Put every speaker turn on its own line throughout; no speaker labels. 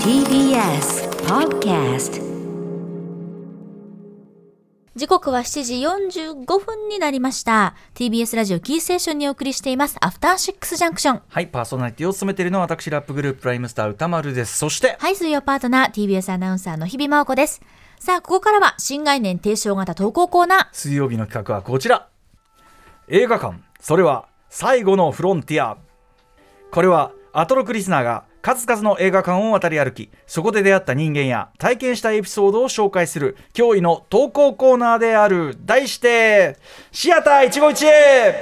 TBS Podcast
時刻は7時45分になりました。TBS ラジオキーステーションにお送りしています。アフターシックスジャンクション。
はい、パーソナリティを務めているのは私、ラップグループ、プライムスター歌丸です。そして、
はい、水曜パートナー、TBS アナウンサーの日々真央子です。さあ、ここからは新概念提唱型投稿コーナ
水曜日の企画はこちら。映画館、それは最後のフロンティア。これは、アトロクリスナーが数々の映画館を渡り歩き、そこで出会った人間や体験したエピソードを紹介する驚異の投稿コーナーである。題して、シアター一期一会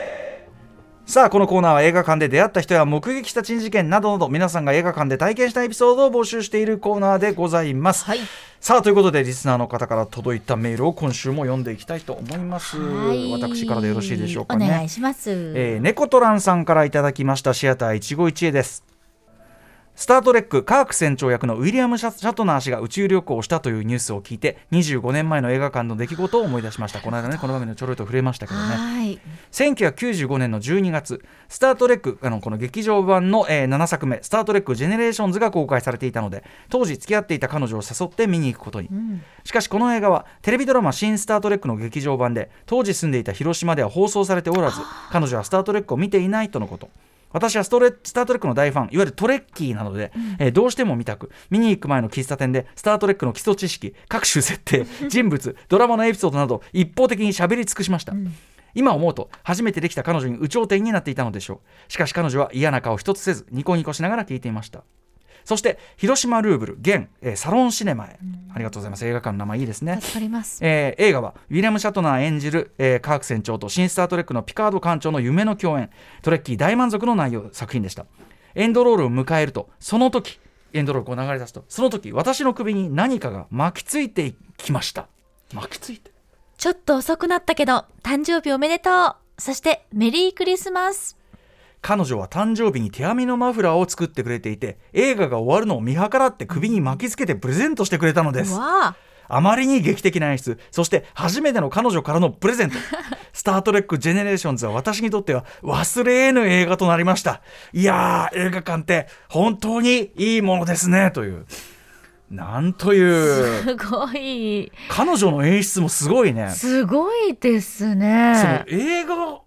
さあこのコーナーは映画館で出会った人や目撃した珍事件などなど皆さんが映画館で体験したエピソードを募集しているコーナーでございます、
はい
さあということでリスナーの方から届いたメールを今週も読んでいきたいと思います、
ー。はい
私からでよろしいでしょうかね
お願いします。
えー、猫トランさんからいただきましたシアター一期一会ですスター・トレックカーク船長役のウィリアム・シャシャトナー氏が宇宙旅行をしたというニュースを聞いて25年前の映画館の出来事を思い出しましたこの間ねこの場面でちょろいと触れましたけどね
はい。
1995年の12月「スター・トレック」あのこの劇場版の、えー7作目「スター・トレック・ジェネレーションズ」が公開されていたので当時付き合っていた彼女を誘って見に行くことに、しかしこの映画はテレビドラマ「新スター・トレック」の劇場版で当時住んでいた広島では放送されておらず彼女は「スター・トレック」を見ていないとのこと私はストレスター・トレックの大ファンいわゆるトレッキーなので、えーどうしても見たく見に行く前の喫茶店でスター・トレックの基礎知識各種設 定人物ドラマのエピソードなど一方的に喋り尽くしました、今思うと初めてできた彼女に有頂天になっていたのでしょうしかし彼女は嫌な顔一つせずニコニコしながら聞いていましたそして広島ルーブル現、えーサロンシネマへ、ありがとうございます映画館の名前いいですね
助かります。
えー映画はウィリアム・シャトナー演じる、えーカーク船長と新スター・トレックのピカード艦長の夢の共演トレッキー大満足の内容作品でしたエンドロールを迎えるとその時エンドロールを流れ出すとその時私の首に何かが巻きついてきました巻きついて
ちょっと遅くなったけど、誕生日おめでとう。そして、メリークリスマス。
彼女は誕生日に手編みのマフラーを作ってくれていて映画が終わるのを見計らって首に巻きつけてプレゼントしてくれたのです
わあ。
あまりに劇的な演出、そして初めての彼女からのプレゼント。 スター・トレック・ジェネレーションズは私にとっては忘れ得ぬ映画となりました。いやー、映画館って本当にいいものですね、という。なん とい
す
う、
ごい。
彼女の演出もすごいね。そ
すごいです
の
ね。
映画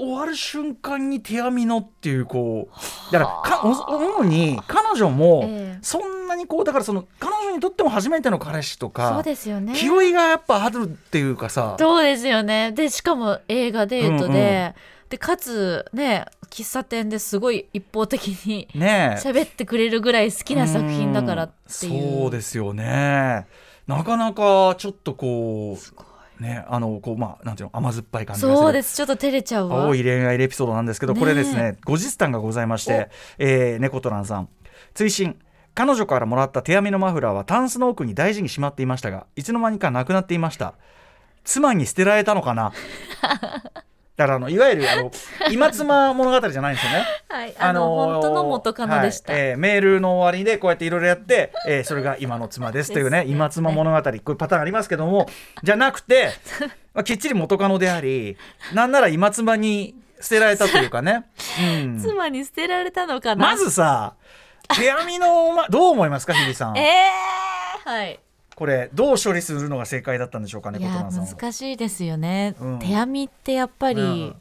終わる瞬間に手編みのっていう、こう、だからか、お主に彼女
え
も
え、
そんなにこう、だからその、彼女にとっても初めての彼氏とか、
そうですよね。
気負いがやっぱあるっていうかさ、
そうですよね。で、しかも映画デートで、
うんう
で、かつね、喫茶店ですごい一方的に
ねえ
喋ってくれるぐらい好きな作品だからっていう。
んそうですよねなかなかちょっとこ
すごい。
うねあのこうまあなんていうの甘酸っぱい感じがする
そうです。ちょっと照れちゃうわ。
青い恋愛エピソードなんですけど、これです
ね
ね後日談がございまして、えー、猫とらんさん追伸彼女からもらった手編みのマフラーはタンスの奥に大事にしまっていましたがいつの間にかなくなっていました妻に捨てられたのかなだからあのいわゆるあの今妻物語じゃないんですよね
はい。あの、
ー
本当の元カノでした。
はいえーメールの終わりでこうやっていろいろやって、えーそれが今の妻ですというね
ですね
今妻物語こういうパターンありますけどもじゃな くて、まあ、きっちり元カノでありなんなら今妻に捨てられたという かね、うん、
妻に捨てられたのかな。
まずさ手編みの、ま、どう思いますか日比さん
ええー、はい。
これどう処理するのが正解だったんでしょうかね
い
琴
や
奈さんは
難しいですよね、
うん
手編みってやっぱり、
うん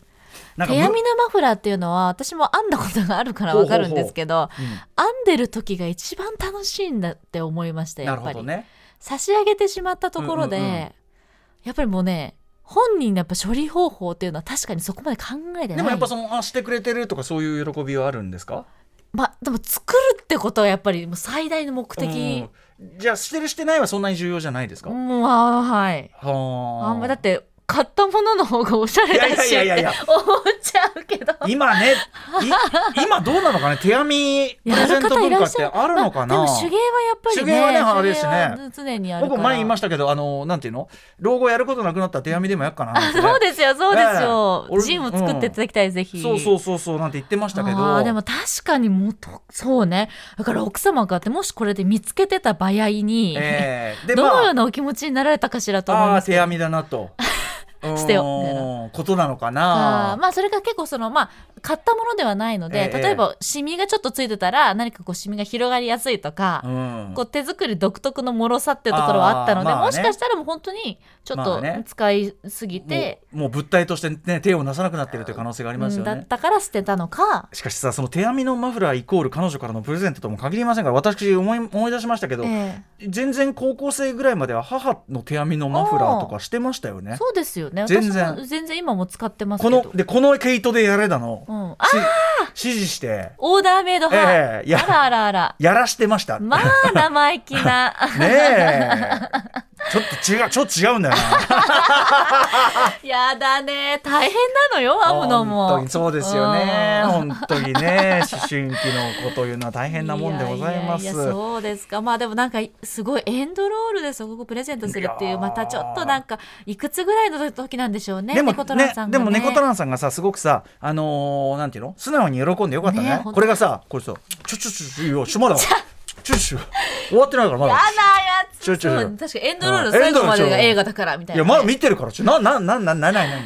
なんか
手編みのマフラーっていうのは私も編んだことがあるからわかるんですけど
ほうほうほう
編んでる時が一番楽しいんだって思いましたや
な
っ
る
ぱり、
ほどね
差し上げてしまったところで、
うんうんうん
やっぱりもうね本人のやっぱ処理方法っていうのは確かにそこまで考えてない
でもやっぱそのあしてくれてるとかそういう喜びはあるんですか
まあでも作るってことはやっぱりもう最大の目的、
うんじゃあしてるしてないはそんなに重要じゃないですか、
うん、あーはい
はあ
あんまだって買ったものの方がおしゃれだ
い
しっ
やいやいやい
て
や
思っちゃうけど
今ね、い今どうなのかね、手編み プ
や
レゼ
る
ン
方
ト
い
文
ら
化
っ
っ
しゃる
てあるのかな。
まあでも手芸はやっぱりね
手芸はねあれですね
手芸は常にあるから
僕前言いましたけど、あのなんていうの、老後やることなくなったら手編みでもやっかななんてね。
そうですよそうです
ねえ俺
よ
も
ジンを作っていただきたい、ぜひ
そうそうそうそうなんて言ってましたけど。
あーでも確かにもとそうねだから奥様がってもしこれで見つけてた場合に、
え えで
どのよう
ま
なお気持ちになられたかしらと思い
あ、あ
ま
あ
す
手編みだなと。
捨てようみたい
うんことなのか
あー
な。
まあそれが結構そのまあ買ったものではないので、
ええ
例えばシミがちょっとついてたら何かこうシミが広がりやすいとか、
うん
こう手作り独特の脆さっていうところはあったので、
あーま
も
あね
しかしたらもう本当にちょっ
まあ
と
ね
使いすぎて、
もうもう物体として、ね、手をなさなくなってるという可能性があります
うん
よ
だ
ね
っ。たから捨てたのか、
しかしさその手編みのマフラーイコール彼女からのプレゼントとも限りませんから私思い思い出しましたけど、
え
全然高校生ぐらいまでは母の手編みのマフラーとかしてましたよ
え
ね。
そうですよね
全
私
然
も全然今も使ってますけ
こ
ど
のでこの毛糸でやれだの、
うん、あ
し指示して、
オーダーメイド派、
ええいや
あらあらあら
やらしてました。
まあ生意気な
ねえ。ちょっと違う、ちょっと違うんだよな。
やだね大変なのよ編むのも
本当にそうですよね。
うん
本当にね、思春期の子というのは大変なもんでございます。
やややそうですかまあでもなんかすごいエンドロールでそこをプレゼントするってい
いうやー
またちょっとなんかいくつぐらいの時なんでしょうね
でも
猫トラ
ね
ンさ、ん
で
がね
も猫トランさんがさ、すごくさ、あのー、なんていうの素直に喜んでよかった
ね
ね。
本当
これがさ、これさ、ちょちょちょちょ、いや、しま だわ。ちょちょ、終わってないからま
や
だ
だ。やつ
ちょちょちょ
そう確かにエンドロー
う
ル
ん
最後ま
エンドロール
で
ちょ
が映画だからみたい
い
な
や、
ね、
まだ見てるから、ちょ、な、な、な、な、な、な、な、な。
確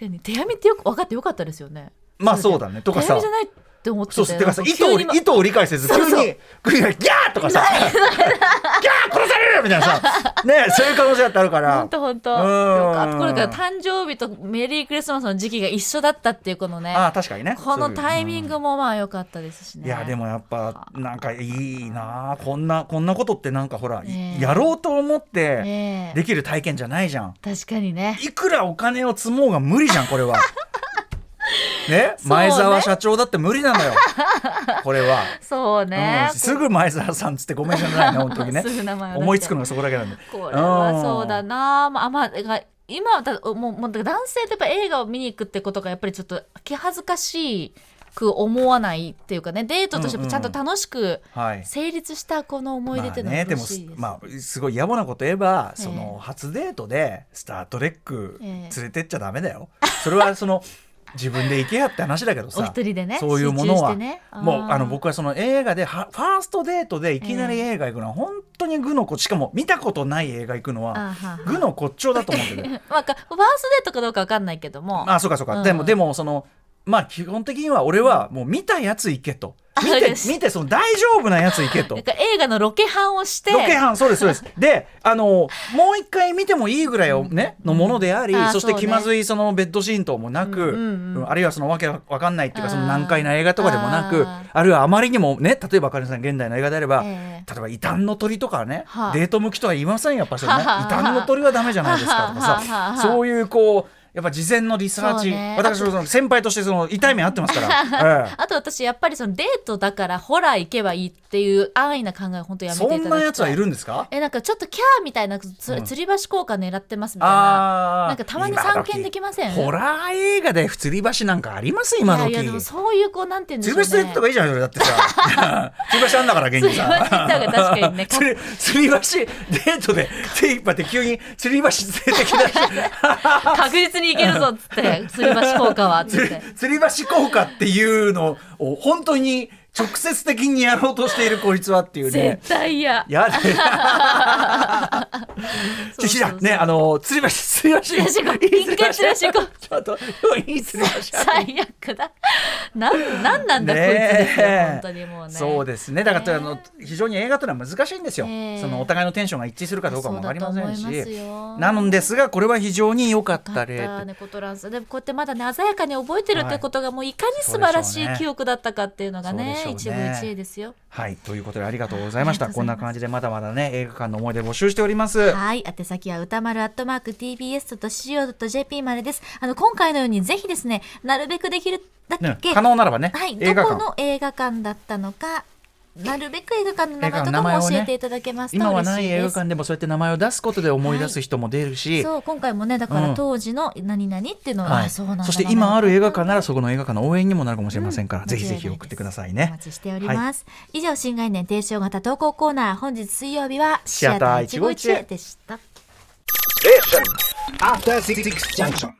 かに手編みってよく分かってよかったですよね
まあそうだねとかさ
手編みじゃないって思ってた
そう
よ
そう。てかさ、
なん
意図を
急に
理、意図を理解せず、急
そうそう
に、グイグイギャーとかさ、ギャー殺されるみたいなさ、 ねそういう可能性だってあるから。
本当本当。
う
よ
ん
かった。これから誕生日とメリークリスマスの時期が一緒だったっていうこのね。
ああ、確かにね。
このタイミン
グ。
グもまあ良かったですしね。
いやでもやっぱなんかいいなあこんなこんなことってなんかほら、い
ねえ
やろうと思
ね
って
え。
できる体験じゃないじゃん
確かにね。
いくらお金を積もうが無理じゃんこ れは
そう
ね
ね
前澤社長だって無理な のよこれは、
そうね。
うん、すぐ前澤さんつってごめんなさい ね本当にね
すぐ名前を出して
思いつくのがそこだけなんで
これはそうだ
ん
な。まあまあだから今はただもうもうだから男性ってやっぱ映画を見に行くってことがやっぱりちょっと気恥ずかしく思わないっていうかねデートとしてもちゃんと楽しく
はい
成立したこの思い出っていうの
ま
は
あね、で
楽
も
しいですね。
まあすごい野暮なこと言えば、
ええ
その初デートで「スター・トレック」
ええ
連れてっちゃダメだよ。それはその自分で行けやって話だけど
お
さ
一人でね
そういうも
集
の
中し
は、
てねあー
もうあの僕はその映画ではファーストデートでいきなり映画行くのは本当に愚の子しかも見たことない映画行くの
あー
は
はー
愚の骨頂だと思うんだけど
まあ、かファーストデートかどうかわかんないけども。
あそうかそうか、
うん
でもでもそのまあ基本的には俺はもう見たやつ行けと見
あ
て
よし
見てその大丈夫なやつ 行けと
なん。か映画のロケハンをして。
ロケハンそうですそう ですであのもう一回見てもいいぐらいを、ねのものであり、
あー
そし
そう
て
ね
気まずいそのベッドシーンともなく、
うんうんうん
うんあるいはそのわけわかんないっていうか
あー
その難解な映画とかでもなく
あ
あるいはあまりにもね例えばかりんさん現代の映画であれば、
ええ
例えば異端の鳥とかはね、
はあ
デート向きとは言いませんよやっぱりそれ
は
ね異
あはあ
端の鳥はダメじゃないですか
はあ
とか
はあはあ
さそういうこうやっぱ事前のリサー
そう
チ、
ね
私もその先輩としてその痛い目あってます から、ええ
あと私やっぱりそのデートだからホラー行けばいいっていう安易な考えを本当やめていた
そ
だき
ん
たい
なやつはいるんですか
えなんかちょっとキャーみたいなつ、
うん
吊り橋効果狙ってますみたいな
あー
なんかたまに散見できません
ホラー映画で吊り橋なんかあります今
いや
時
いやでもそういうこうなんて言うんで
吊
しょうね
り橋連れてった方がいいじゃんそれだって さ吊り橋あんだから現に
吊り橋あ
さ
んだから確かにね
吊り吊り橋デートで手いっぱいで急に吊り橋連れてきたし
確実に行けるぞっつって 吊り橋効果はっつ
吊
っ
り
て
吊り橋効果っていうのを本当に直接的にやろうとしているこいつはっていうね
絶対嫌
やだ
そうそう
岸田
そう
ねあの吊り橋吊り橋
吊り橋一回吊り橋行こう
ちょっといい吊り橋
最悪だなんなんなんだこいつですよ本
ねえ
当にもうね
そうですねだから、
ねえ
あの非常に映画というのは難しいんですよ、
ええ
そのお互いのテンションが一致するかどうかも分かりません
そうだと思います
し
よ
なのですがこれは非常に良かっ
よ
た
かっ
例
た猫トランスでもこうやってまだね鮮やかに覚えてるってことがもういかに素
は
晴
い
らし
そうでしょう
い
ね
記憶だったかっていうのがね
そうでし
一
ょう
部
ね
一会ですよ
はいということでありがとうございました
ありがと
こ
うんございま
な
す
感じでまだまだね映画館の思い出募集しております、
はい宛先は歌丸アットマーク TBS.CO.JP までですあの今回のようにぜひですねなるべくできるだ
ね
け、
可能ならばね、
はい
映
ど
画
こ
館
の映画館だったのかなるべく映画館の名
映画
前
館
と
の名
か
前を
も
ね
教えていただけますと
今は
嬉
な
し
い
い
映
で
画
す
館でもそうやって名前を出すことで思い出す人も出るし、
そう今回もねだか
う
ら
ん
当時の何々っていうのは、
は
あ
い、
そうなんだ
そして今ある映画館な
ら
らそこの映画館の応援にもなるかもしれませんから、
うん
ぜひぜひ送ってくださいね
お待ちしております、以上新概念提唱型投稿コーナー本日水曜日はシアター151へでした
After Six Junction.